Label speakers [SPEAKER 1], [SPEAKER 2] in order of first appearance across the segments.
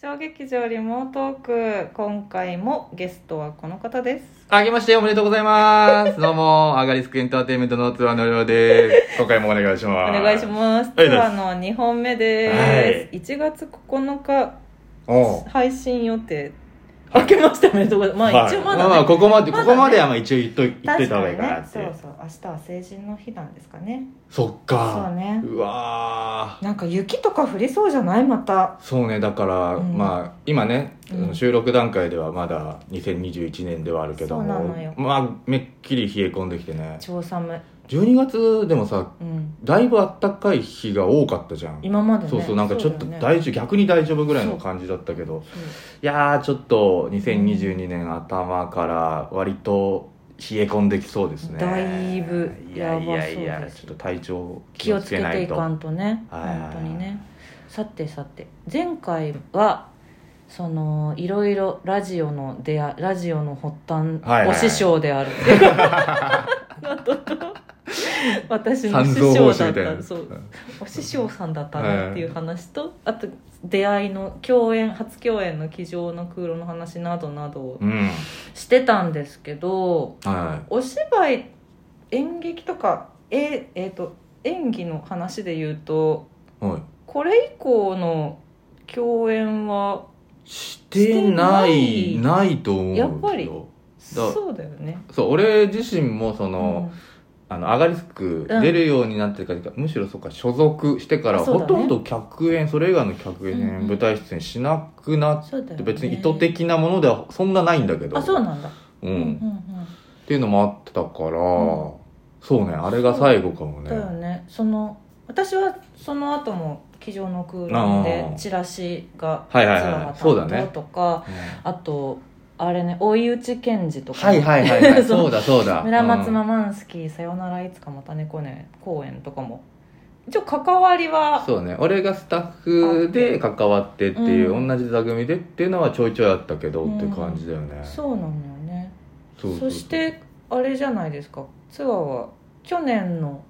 [SPEAKER 1] 小劇場リモートーク今回もゲストはこの方です
[SPEAKER 2] あげましておめでとうございます。どうも、アガリスクエンターテインメントのツアーのりょうです。今回もお願いし
[SPEAKER 1] お
[SPEAKER 2] ます。
[SPEAKER 1] 願いします
[SPEAKER 2] は
[SPEAKER 1] ツ
[SPEAKER 2] い
[SPEAKER 1] アーの2本目です、1月9日
[SPEAKER 2] おう
[SPEAKER 1] 配信予定明けましたおめでとうございますまあ
[SPEAKER 2] はい
[SPEAKER 1] 一応まだね、
[SPEAKER 2] まあ、ここまで、
[SPEAKER 1] まだね
[SPEAKER 2] ここまではまあ一応言っとい言っ
[SPEAKER 1] 確
[SPEAKER 2] といた方
[SPEAKER 1] か
[SPEAKER 2] がいい
[SPEAKER 1] に
[SPEAKER 2] か
[SPEAKER 1] ね
[SPEAKER 2] なっ
[SPEAKER 1] そ
[SPEAKER 2] て
[SPEAKER 1] う。そう明日は成人の日なんですかね
[SPEAKER 2] そっ
[SPEAKER 1] そ
[SPEAKER 2] か
[SPEAKER 1] う。ね
[SPEAKER 2] うわー
[SPEAKER 1] なんか雪とか降りそうじゃないまた
[SPEAKER 2] そうね、だから、
[SPEAKER 1] うん
[SPEAKER 2] まあ、今ね、
[SPEAKER 1] うん
[SPEAKER 2] 収録段階ではまだ2021年ではあるけども、
[SPEAKER 1] そうなのよ
[SPEAKER 2] まあ、めっきり冷え込んできてね。
[SPEAKER 1] 超寒い、
[SPEAKER 2] 12月でもさ、
[SPEAKER 1] うん、
[SPEAKER 2] だいぶ暖かい日が多かったじゃん。
[SPEAKER 1] 今までね
[SPEAKER 2] そうそう、なんかちょっと
[SPEAKER 1] そうだよね
[SPEAKER 2] 大丈夫、逆に大丈夫ぐらいの感じだったけど、いやーちょっと2022年頭から割と冷え込んできそうですね
[SPEAKER 1] だいぶ
[SPEAKER 2] いやいやい
[SPEAKER 1] やばそう
[SPEAKER 2] や
[SPEAKER 1] です
[SPEAKER 2] ちょっと体調
[SPEAKER 1] 気
[SPEAKER 2] 気
[SPEAKER 1] を
[SPEAKER 2] を
[SPEAKER 1] つ
[SPEAKER 2] つ
[SPEAKER 1] け
[SPEAKER 2] けな
[SPEAKER 1] てい
[SPEAKER 2] いと
[SPEAKER 1] かんとね
[SPEAKER 2] はい
[SPEAKER 1] 本当にねさてさて前回はそのいろいろラジオの出会ラジオの発端、
[SPEAKER 2] はいはい
[SPEAKER 1] お師匠で あるっていうのと私の師
[SPEAKER 2] 三蔵法師
[SPEAKER 1] 匠
[SPEAKER 2] みたい
[SPEAKER 1] だっ
[SPEAKER 2] な
[SPEAKER 1] たそうお師匠さんだったなっていう話と、あと出会いの共演初共演の机上の空論の話などなどを
[SPEAKER 2] うん
[SPEAKER 1] してたんですけど
[SPEAKER 2] は
[SPEAKER 1] お芝居演劇とかええーと演技の話で言うと
[SPEAKER 2] いはい
[SPEAKER 1] これ以降の共演は
[SPEAKER 2] してない
[SPEAKER 1] して
[SPEAKER 2] ないと思う
[SPEAKER 1] やっぱり
[SPEAKER 2] よだ
[SPEAKER 1] そうだよね。
[SPEAKER 2] そう俺自身もその,、
[SPEAKER 1] うん
[SPEAKER 2] あのアガリスク
[SPEAKER 1] うん
[SPEAKER 2] 出るようになってから、むしろそうか所属してから
[SPEAKER 1] あそう
[SPEAKER 2] ほ
[SPEAKER 1] だね
[SPEAKER 2] とんど客演それ以外の客演、
[SPEAKER 1] うんうん
[SPEAKER 2] 舞台出演しなくなっ
[SPEAKER 1] そうだよ
[SPEAKER 2] て
[SPEAKER 1] ね
[SPEAKER 2] 別に意図的なものではそんなないんだけど
[SPEAKER 1] あそうなんだ、
[SPEAKER 2] う
[SPEAKER 1] うんうん
[SPEAKER 2] ん、
[SPEAKER 1] うん
[SPEAKER 2] っていうのもあってたから、
[SPEAKER 1] ん
[SPEAKER 2] そうねあれが最後かもね
[SPEAKER 1] だよねその私はその後も「机上の空論」で
[SPEAKER 2] あー
[SPEAKER 1] チラシが
[SPEAKER 2] はいはいはい
[SPEAKER 1] ツ
[SPEAKER 2] そう
[SPEAKER 1] アーが
[SPEAKER 2] だね
[SPEAKER 1] 担当とか、
[SPEAKER 2] うん
[SPEAKER 1] あとあれね追い打ち検事とか、
[SPEAKER 2] はいはいは いはい
[SPEAKER 1] そう
[SPEAKER 2] そうだそうだ
[SPEAKER 1] 村松
[SPEAKER 2] うん
[SPEAKER 1] ママンスキー「さよならいつかまた猫ね」公演とかも一応関わりは
[SPEAKER 2] そうね俺がスタッフで関わってっていう、
[SPEAKER 1] うん
[SPEAKER 2] 同じ座組でっていうのはちょいちょいあったけど、
[SPEAKER 1] うん
[SPEAKER 2] って感じだよね
[SPEAKER 1] そうなのよね
[SPEAKER 2] そうそうそう
[SPEAKER 1] そしてあれじゃないですかツアーは去年の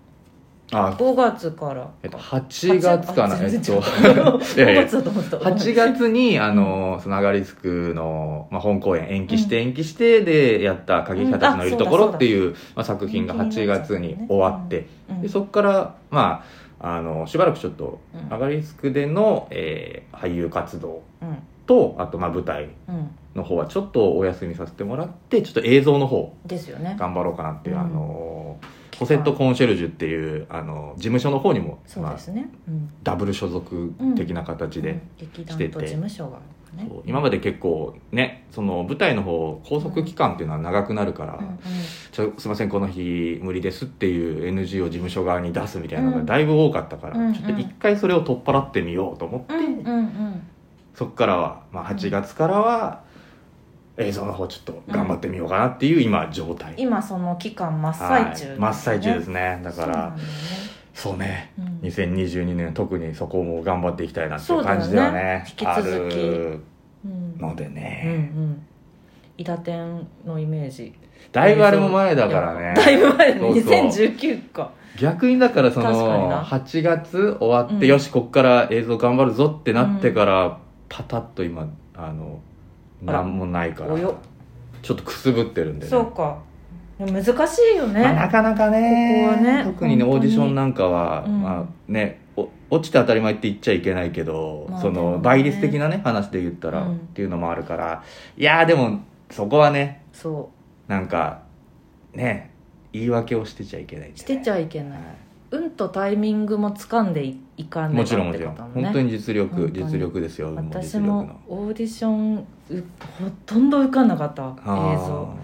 [SPEAKER 2] あ
[SPEAKER 1] 5月から
[SPEAKER 2] えっと、8月かな、えっと、 いやい
[SPEAKER 1] 5
[SPEAKER 2] や
[SPEAKER 1] 月だと思った
[SPEAKER 2] 8月に、あの、そのアガリスクの、まあ、本公演延期して延期してでやった影者たちのいるところっていう、まあ、作品が8月に終わって、
[SPEAKER 1] うん
[SPEAKER 2] でそこから、まあ、あのしばらくちょっと、
[SPEAKER 1] うん
[SPEAKER 2] アガリスクでの、えー俳優活動
[SPEAKER 1] うん
[SPEAKER 2] とあと、まあ、舞台
[SPEAKER 1] うん
[SPEAKER 2] の方はちょっとお休みさせてもらってちょっと映像の方
[SPEAKER 1] ですよね
[SPEAKER 2] 頑張ろうかなっていう、
[SPEAKER 1] うん
[SPEAKER 2] あのコセットコンシェルジュっていうあの事務所の方にも、
[SPEAKER 1] そう
[SPEAKER 2] ま
[SPEAKER 1] で
[SPEAKER 2] あ、
[SPEAKER 1] すね、うん
[SPEAKER 2] ダブル所属的な形で、
[SPEAKER 1] うん劇団
[SPEAKER 2] して
[SPEAKER 1] と
[SPEAKER 2] て
[SPEAKER 1] 事務所があるからね
[SPEAKER 2] そう今まで結構ねその舞台の方拘束期間っていうのは長くなるから、
[SPEAKER 1] うんうん
[SPEAKER 2] ちょすいませんこの日無理ですっていう NG を事務所側に出すみたいなの
[SPEAKER 1] う
[SPEAKER 2] が
[SPEAKER 1] ん
[SPEAKER 2] だいぶ多かったから、
[SPEAKER 1] うんうん
[SPEAKER 2] ちょっと一回それを取っ払ってみようと思って、
[SPEAKER 1] うんうんうん
[SPEAKER 2] そっからは、まあ、8月からは映像の方ちょっと頑張ってみようかなっていう今状態、
[SPEAKER 1] 今その期間真っ
[SPEAKER 2] はい
[SPEAKER 1] 最中、
[SPEAKER 2] 真っ最中です
[SPEAKER 1] ね
[SPEAKER 2] ねだか
[SPEAKER 1] そうなん
[SPEAKER 2] ら
[SPEAKER 1] だよね
[SPEAKER 2] そうね
[SPEAKER 1] うん
[SPEAKER 2] 2022年特にそこをもう頑張っていきたいなってい
[SPEAKER 1] そう
[SPEAKER 2] う
[SPEAKER 1] だよ
[SPEAKER 2] 感
[SPEAKER 1] ね
[SPEAKER 2] じではね
[SPEAKER 1] 引き続き
[SPEAKER 2] ある
[SPEAKER 1] うん
[SPEAKER 2] ので
[SPEAKER 1] うんう
[SPEAKER 2] ね、
[SPEAKER 1] ん伊達天のイメージ
[SPEAKER 2] だいぶあれも前だからね
[SPEAKER 1] だいぶ前の
[SPEAKER 2] そうそう
[SPEAKER 1] 2019か
[SPEAKER 2] 逆にだからそ
[SPEAKER 1] 確かにな
[SPEAKER 2] の8月終わって、
[SPEAKER 1] うん
[SPEAKER 2] よしこっから映像頑張るぞってなってから、パタッと今あの
[SPEAKER 1] あら
[SPEAKER 2] 何もないから
[SPEAKER 1] およ
[SPEAKER 2] ちょっとくすぶってるんでね
[SPEAKER 1] そうかでも難しいよね、
[SPEAKER 2] まあなかなかね
[SPEAKER 1] ここはね
[SPEAKER 2] 特にね
[SPEAKER 1] 本当に
[SPEAKER 2] オーディションなんかは、
[SPEAKER 1] うん
[SPEAKER 2] まあねお落ちて当たり前って言っちゃいけないけど、
[SPEAKER 1] まあ
[SPEAKER 2] そ
[SPEAKER 1] でもね
[SPEAKER 2] の倍率的なね話で言ったら、
[SPEAKER 1] うん
[SPEAKER 2] っていうのもあるからいやーでもそこはね
[SPEAKER 1] そ
[SPEAKER 2] なんかね言い訳をしてちゃいけないん
[SPEAKER 1] う
[SPEAKER 2] でね
[SPEAKER 1] してちゃいけない
[SPEAKER 2] はい
[SPEAKER 1] 運とタイミングも掴んでいいかんで
[SPEAKER 2] も
[SPEAKER 1] な
[SPEAKER 2] ちろんも
[SPEAKER 1] っ
[SPEAKER 2] ち
[SPEAKER 1] て
[SPEAKER 2] ろ
[SPEAKER 1] こ
[SPEAKER 2] ん、
[SPEAKER 1] ともね
[SPEAKER 2] 本当に実力
[SPEAKER 1] 本当に
[SPEAKER 2] 実力ですよ運も
[SPEAKER 1] 私
[SPEAKER 2] 実力の
[SPEAKER 1] もオーディションうほとんど受かんなかった映像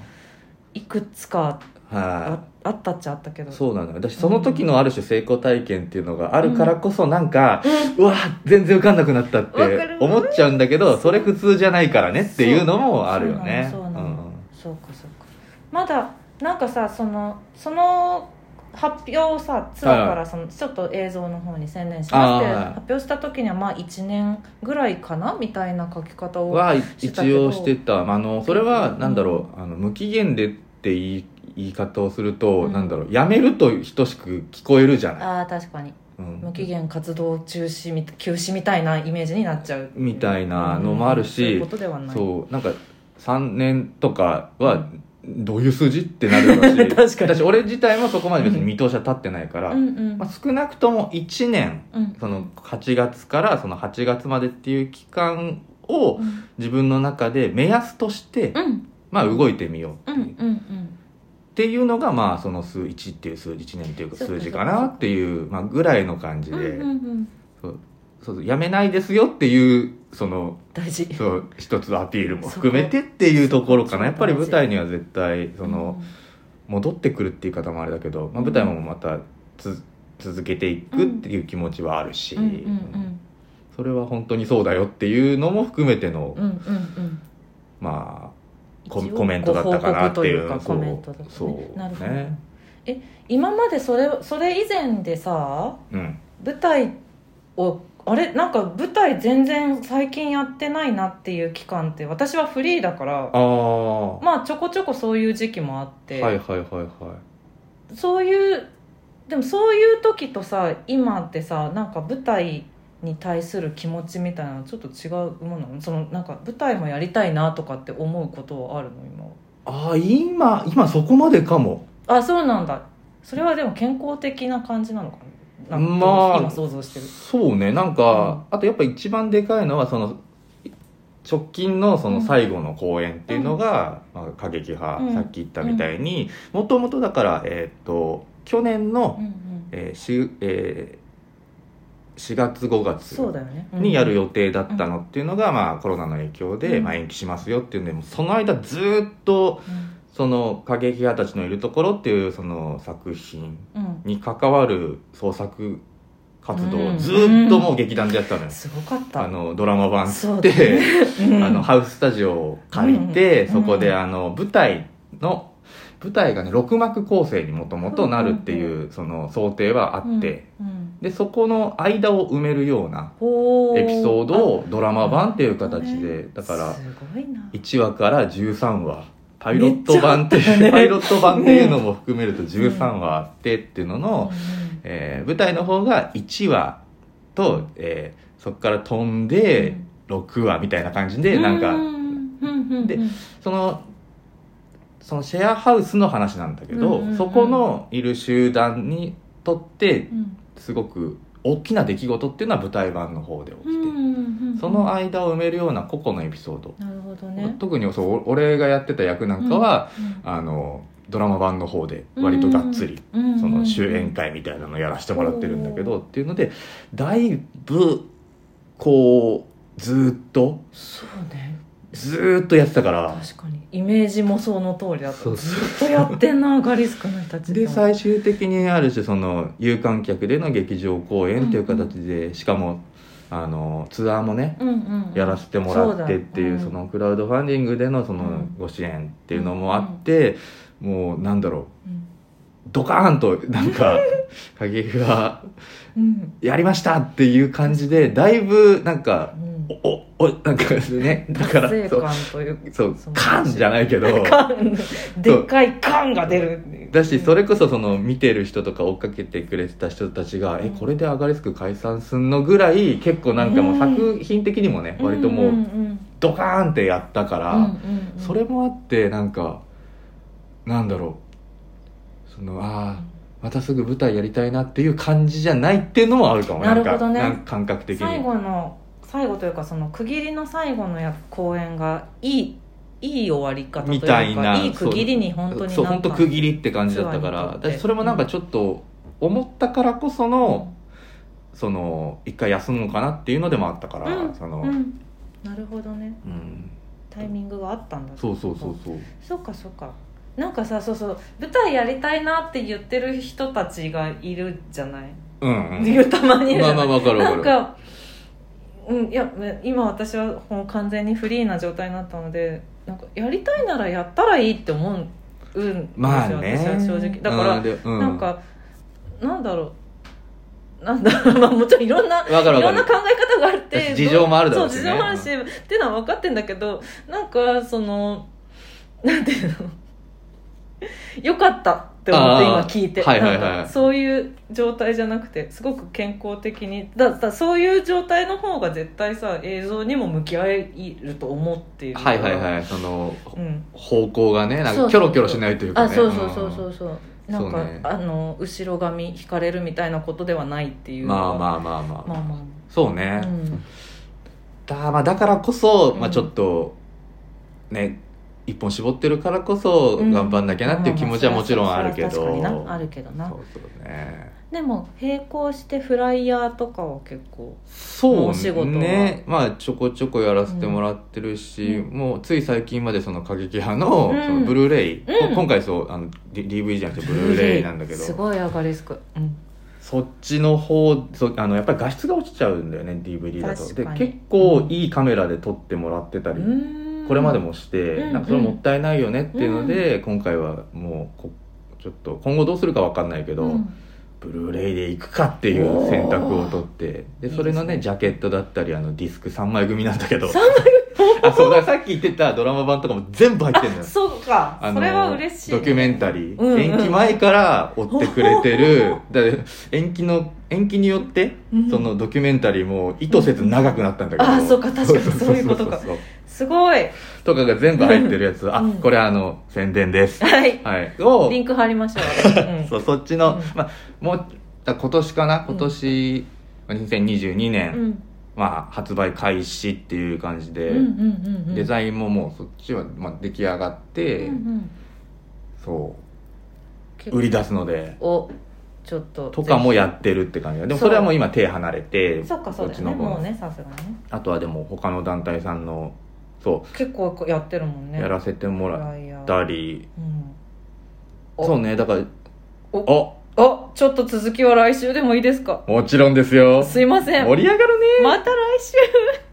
[SPEAKER 1] いくつか
[SPEAKER 2] あー
[SPEAKER 1] あ
[SPEAKER 2] は
[SPEAKER 1] あったっちゃあったけど
[SPEAKER 2] いそうなのよ私その時のある種成功体験っていうのがあるからこそなんか、うわ全然受かんなくなったっ
[SPEAKER 1] わかる
[SPEAKER 2] て思っちゃうんだけどそれ普通じゃないからねっていうのもあるよね
[SPEAKER 1] そうなのそうなの
[SPEAKER 2] うん
[SPEAKER 1] そうかそうかまだなんかさそのその発表をさツアーからそのちょっと映像の方に専念しますって
[SPEAKER 2] あーはい
[SPEAKER 1] 発表した時にはまあ1年ぐらいかなみたいな書き方を
[SPEAKER 2] は
[SPEAKER 1] してたけ
[SPEAKER 2] 一
[SPEAKER 1] ど
[SPEAKER 2] 応してた、まあ、あのそれはなんだろう、あの無期限でって言い言い方をすると、
[SPEAKER 1] うん
[SPEAKER 2] なんだろうやめると等しく聞こえるじゃない
[SPEAKER 1] ああ確かに
[SPEAKER 2] うん
[SPEAKER 1] 無期限活動中止み休止みたいなイメージになっちゃう
[SPEAKER 2] みたいなのもあるし
[SPEAKER 1] そういうことではない
[SPEAKER 2] そうなんか3年とかはどういう数字ってなるだろうし
[SPEAKER 1] 確かに
[SPEAKER 2] 私俺自体もそこまで別に見通しは立ってないから、
[SPEAKER 1] うんうん
[SPEAKER 2] まあ、少なくとも1年
[SPEAKER 1] うん
[SPEAKER 2] その8月からその8月までっていう期間を
[SPEAKER 1] うん
[SPEAKER 2] 自分の中で目安として、
[SPEAKER 1] うん
[SPEAKER 2] まあ、動いてみようって
[SPEAKER 1] う
[SPEAKER 2] い
[SPEAKER 1] ん
[SPEAKER 2] う,、
[SPEAKER 1] うんうん
[SPEAKER 2] っていうのがまあその数1っていう数1年っていうか
[SPEAKER 1] そうか
[SPEAKER 2] 数字かなっていう、まあ、ぐらいの感じで、
[SPEAKER 1] うんうんうん
[SPEAKER 2] そうそうそうやめないですよっていうその
[SPEAKER 1] 大事
[SPEAKER 2] そう一つアピールも含めてっていうところかなやっぱり舞台には絶対その戻ってくるっていう言い方もあれだけど、まあ、舞台もまたつ続けていくっていう気持ちはあるし、
[SPEAKER 1] うんうんうん
[SPEAKER 2] それは本当にそうだよっていうのも含めての、
[SPEAKER 1] うんうんうん
[SPEAKER 2] まあコ
[SPEAKER 1] 一応
[SPEAKER 2] コメントだったかなっていう
[SPEAKER 1] ご報告というかコメントだったね
[SPEAKER 2] そうそう
[SPEAKER 1] なるほど
[SPEAKER 2] ね
[SPEAKER 1] 今までそれそれ以前でさ
[SPEAKER 2] うん
[SPEAKER 1] 舞台をあれなんか舞台全然最近やってないなっていう期間って私はフリーだから
[SPEAKER 2] ああ、は
[SPEAKER 1] まあちょこちょこそういう時期もあっ
[SPEAKER 2] い
[SPEAKER 1] て、
[SPEAKER 2] はいはいは
[SPEAKER 1] そういうでもそういう時とさ今ってさなんか舞台に対する気持ちみたいなのちょっと違うものなのそのなんか舞台もやりたいなとかって思うことはあるの今はい
[SPEAKER 2] ああ今今そこまでかも
[SPEAKER 1] あそうなんだそれはでも健康的な感じなのかななんか
[SPEAKER 2] まあ
[SPEAKER 1] 今想像してる
[SPEAKER 2] そうねなんか、あとやっぱ一番でかいのはその直近のその最後の公演っていうのが、まあ、過激派、
[SPEAKER 1] うん
[SPEAKER 2] さっき言ったみたいにもともとだからえーっと去年の
[SPEAKER 1] う、んうん
[SPEAKER 2] えーしえー4月5月
[SPEAKER 1] そうだよね、うん
[SPEAKER 2] にやる予定だったのっていうのが、まあ、コロナの影響で、
[SPEAKER 1] うん
[SPEAKER 2] まあ、延期しますよっていうんでもうその間ずーっと
[SPEAKER 1] う
[SPEAKER 2] その過激派たちのいるところっていうその作品
[SPEAKER 1] んうん
[SPEAKER 2] に関わる創作活動
[SPEAKER 1] う
[SPEAKER 2] を
[SPEAKER 1] ん
[SPEAKER 2] ずーっともう劇団でやってたのよ、
[SPEAKER 1] すごかった
[SPEAKER 2] あのドラマ版っ
[SPEAKER 1] そうだ
[SPEAKER 2] て、
[SPEAKER 1] うん
[SPEAKER 2] あのハウススタジオを借りて、
[SPEAKER 1] うん
[SPEAKER 2] そこ
[SPEAKER 1] う
[SPEAKER 2] で
[SPEAKER 1] ん
[SPEAKER 2] あの舞台の舞台がね6幕構成にもともとなるって
[SPEAKER 1] う
[SPEAKER 2] いうその想定はあって、
[SPEAKER 1] うんうん
[SPEAKER 2] でそこの間を埋めるような
[SPEAKER 1] ほ
[SPEAKER 2] エピソードをドラマ版っていう
[SPEAKER 1] なる
[SPEAKER 2] 形
[SPEAKER 1] ほど
[SPEAKER 2] でだから
[SPEAKER 1] すごいな
[SPEAKER 2] 1話から13話パイロット版っていう、
[SPEAKER 1] めっちゃあったね
[SPEAKER 2] パイロット版っていうのも含めると13話あってっていうのの、
[SPEAKER 1] うん
[SPEAKER 2] えー舞台の方が1話と、えーそこから飛んで6話みたいな感じで、なん
[SPEAKER 1] う
[SPEAKER 2] か
[SPEAKER 1] んうんうん
[SPEAKER 2] でそのそのシェアハウスの話なんだけ
[SPEAKER 1] う
[SPEAKER 2] ど、
[SPEAKER 1] んうんうん
[SPEAKER 2] そこのいる集団にとって
[SPEAKER 1] うん
[SPEAKER 2] すごく大きな出来事っていうのは舞台版の方で起きて、
[SPEAKER 1] うんうんうん
[SPEAKER 2] その間を埋めるような個々のエピソード、
[SPEAKER 1] なるほどね
[SPEAKER 2] 特にそう俺がやってた役なんかは、あのドラマ版の方で割とがっつりその終演会みたいなのやらせてもらってるんだけど、っていうのでだいぶこうずーっと
[SPEAKER 1] そうね
[SPEAKER 2] ずーっとやってたから
[SPEAKER 1] 確かにイメージもその通りだった
[SPEAKER 2] そうそう
[SPEAKER 1] ずっとやってんなガリスクの人たち
[SPEAKER 2] で最終的にある種その有観客での劇場公演っていう形で、しかもあのツアーもね
[SPEAKER 1] うんうんうん
[SPEAKER 2] やらせてもらってっていうそ
[SPEAKER 1] そうだうん
[SPEAKER 2] のクラウドファンディングでのそうの
[SPEAKER 1] ん
[SPEAKER 2] ご支援っていうのもあって、もうなんだろう
[SPEAKER 1] うん
[SPEAKER 2] ドカーンとなん か過激が
[SPEAKER 1] うん
[SPEAKER 2] やりましたっていう感じでだいぶなんか
[SPEAKER 1] うん
[SPEAKER 2] おおおなんかね だから
[SPEAKER 1] 達成
[SPEAKER 2] そう
[SPEAKER 1] 感というか
[SPEAKER 2] そう
[SPEAKER 1] その
[SPEAKER 2] カンじゃないけ ど
[SPEAKER 1] 缶でっかい缶が出るっていう
[SPEAKER 2] だしそれこそその見てる人とか追っかけてくれてた人たちが、
[SPEAKER 1] うん
[SPEAKER 2] えこれでアガレスク解散すんのぐらい結構なんかもう作品的にもね、割とも
[SPEAKER 1] んん
[SPEAKER 2] うんドカーンってやったから、
[SPEAKER 1] うんうんうん
[SPEAKER 2] それもあってなんかなんだろうそのああまたすぐ舞台やりたいなっていう感じじゃないっていうのもあるかも
[SPEAKER 1] なる
[SPEAKER 2] ん
[SPEAKER 1] ほ
[SPEAKER 2] か
[SPEAKER 1] どね
[SPEAKER 2] なんか感覚的に
[SPEAKER 1] 最後の最後というかその区切りの最後のや公演がいいいい終わり方という
[SPEAKER 2] み
[SPEAKER 1] か
[SPEAKER 2] たいない
[SPEAKER 1] 区切りに本当になった
[SPEAKER 2] そう本当区切りって感じだったか
[SPEAKER 1] ツアーに
[SPEAKER 2] ら
[SPEAKER 1] とって
[SPEAKER 2] だしそれもなんかちょっと思ったからこその、その一回休むのかなっていうのでもあったから、
[SPEAKER 1] うん
[SPEAKER 2] その、
[SPEAKER 1] うんうんなるほどね
[SPEAKER 2] うん
[SPEAKER 1] タイミングがあったんだ
[SPEAKER 2] そうそうそうそう
[SPEAKER 1] そうかそうかなんかさそうそう舞台やりたいなって言ってる人たちがいるじゃない、
[SPEAKER 2] うんうん
[SPEAKER 1] 言うたまにいるじ
[SPEAKER 2] ま
[SPEAKER 1] ゃ
[SPEAKER 2] あ
[SPEAKER 1] ない
[SPEAKER 2] まあわかるわか
[SPEAKER 1] なん
[SPEAKER 2] る
[SPEAKER 1] か、うん、いやね今私はもう完全にフリーな状態になったのでなんかやりたいならやったらいいって思うんですよ、
[SPEAKER 2] まあね
[SPEAKER 1] 私は正直だから、
[SPEAKER 2] うんでう
[SPEAKER 1] なんかなんだろうなんだろう まあもちろんいろんな
[SPEAKER 2] わかる
[SPEAKER 1] いろ
[SPEAKER 2] わ
[SPEAKER 1] んな考
[SPEAKER 2] かる
[SPEAKER 1] え方があって
[SPEAKER 2] 私 事情もあるだろうし
[SPEAKER 1] そう
[SPEAKER 2] ね
[SPEAKER 1] 事情もあるし、っていうのは分かってんだけどなんかそのなんていうの よかったって思って今
[SPEAKER 2] あー
[SPEAKER 1] 聞いて、
[SPEAKER 2] はいはいはい
[SPEAKER 1] なんかそういう状態じゃなくてすごく健康的にだだそういう状態の方が絶対さ映像にも向き合えると思っている
[SPEAKER 2] はいはい
[SPEAKER 1] い、
[SPEAKER 2] はいその
[SPEAKER 1] うん、
[SPEAKER 2] 方向がねなん
[SPEAKER 1] そう
[SPEAKER 2] かキョロキョロしないというか
[SPEAKER 1] あ
[SPEAKER 2] ね
[SPEAKER 1] そうそうそうそうそうなんか
[SPEAKER 2] そうね
[SPEAKER 1] あの後ろ髪引かれるみたいなことではないっていううんのが
[SPEAKER 2] まあまあまあまあ、
[SPEAKER 1] まあまあ
[SPEAKER 2] そうね、
[SPEAKER 1] うん
[SPEAKER 2] だまあだからこそ、ま
[SPEAKER 1] う
[SPEAKER 2] あ、
[SPEAKER 1] ん
[SPEAKER 2] ちょっとね一本絞ってるからこそ
[SPEAKER 1] うん
[SPEAKER 2] 頑張んなきゃなっていう気持ちはもちろんあるけど、
[SPEAKER 1] まあまあそれは確かになあるけどな
[SPEAKER 2] そうそうね
[SPEAKER 1] でも並行してフライヤーとかは結構もうお仕事
[SPEAKER 2] そう
[SPEAKER 1] は
[SPEAKER 2] ねまあちょこちょこやらせてもらってるし、
[SPEAKER 1] うん
[SPEAKER 2] もうつい最近までその過激派の
[SPEAKER 1] うん
[SPEAKER 2] そのブルーレイ、
[SPEAKER 1] うん
[SPEAKER 2] こ今回そうあの D- DV じゃなくてブルーレイなんだ け
[SPEAKER 1] す
[SPEAKER 2] ど
[SPEAKER 1] ごい上がりすく、うん、
[SPEAKER 2] そっちの方そあのやっぱり画質が落ちちゃうんだよね DVD だと
[SPEAKER 1] 確
[SPEAKER 2] で
[SPEAKER 1] かに
[SPEAKER 2] 結構いいカメラで撮ってもらってたりこれまでもして、
[SPEAKER 1] うん
[SPEAKER 2] なんかそれもったいないよねっていうので、今回はもうこちょっと今後どうするかわかんないけど、
[SPEAKER 1] うん
[SPEAKER 2] ブルーレイで行くかっていう選択を取ってで
[SPEAKER 1] いいですね
[SPEAKER 2] それのねジャケットだったりあのディスク3枚組なんだけど
[SPEAKER 1] 三枚
[SPEAKER 2] あそうだからさっき言ってたドラマ版とかも全部入ってるんだよ
[SPEAKER 1] そうか、
[SPEAKER 2] あ の
[SPEAKER 1] それは嬉しいね、
[SPEAKER 2] ドキュメンタリー、
[SPEAKER 1] うんうん
[SPEAKER 2] 延期前から追ってくれてる だから延期の延期によって、
[SPEAKER 1] うん
[SPEAKER 2] そのドキュメンタリーも意図せず長くなったんだけど、
[SPEAKER 1] うんあそうか確かにそういうことか
[SPEAKER 2] そうそうそう
[SPEAKER 1] すごい
[SPEAKER 2] とかが全部入ってるやつ、あ
[SPEAKER 1] うん
[SPEAKER 2] これあの宣伝です
[SPEAKER 1] はい
[SPEAKER 2] はいを
[SPEAKER 1] リンク貼りましょう、うん
[SPEAKER 2] そうそっちの、
[SPEAKER 1] うん
[SPEAKER 2] まあもうだ今年かな今年、2022年、
[SPEAKER 1] うん
[SPEAKER 2] まあ、発売開始っていう感じで、
[SPEAKER 1] うんうんうんうん
[SPEAKER 2] デザインももうそっちは、まあ、出来上がっ
[SPEAKER 1] うん
[SPEAKER 2] て、
[SPEAKER 1] うん
[SPEAKER 2] そ
[SPEAKER 1] 結
[SPEAKER 2] う
[SPEAKER 1] 構
[SPEAKER 2] 売り出すので
[SPEAKER 1] をちょっと
[SPEAKER 2] とかもや
[SPEAKER 1] っ
[SPEAKER 2] ってるって感じででも
[SPEAKER 1] そう
[SPEAKER 2] それはもう今手離れて
[SPEAKER 1] そっかそうだよ
[SPEAKER 2] こ
[SPEAKER 1] ね
[SPEAKER 2] っちの方
[SPEAKER 1] もうねさすがにね
[SPEAKER 2] あとはでも他の団体さんのそ
[SPEAKER 1] 結構やってるもん
[SPEAKER 2] う、
[SPEAKER 1] ね
[SPEAKER 2] やらせてもらっ
[SPEAKER 1] いや
[SPEAKER 2] たり
[SPEAKER 1] うんお
[SPEAKER 2] そうねだから
[SPEAKER 1] おあちょっと続きは来週でもいいですか
[SPEAKER 2] おもちろんですよ
[SPEAKER 1] すいません
[SPEAKER 2] 盛り上がるね
[SPEAKER 1] また来週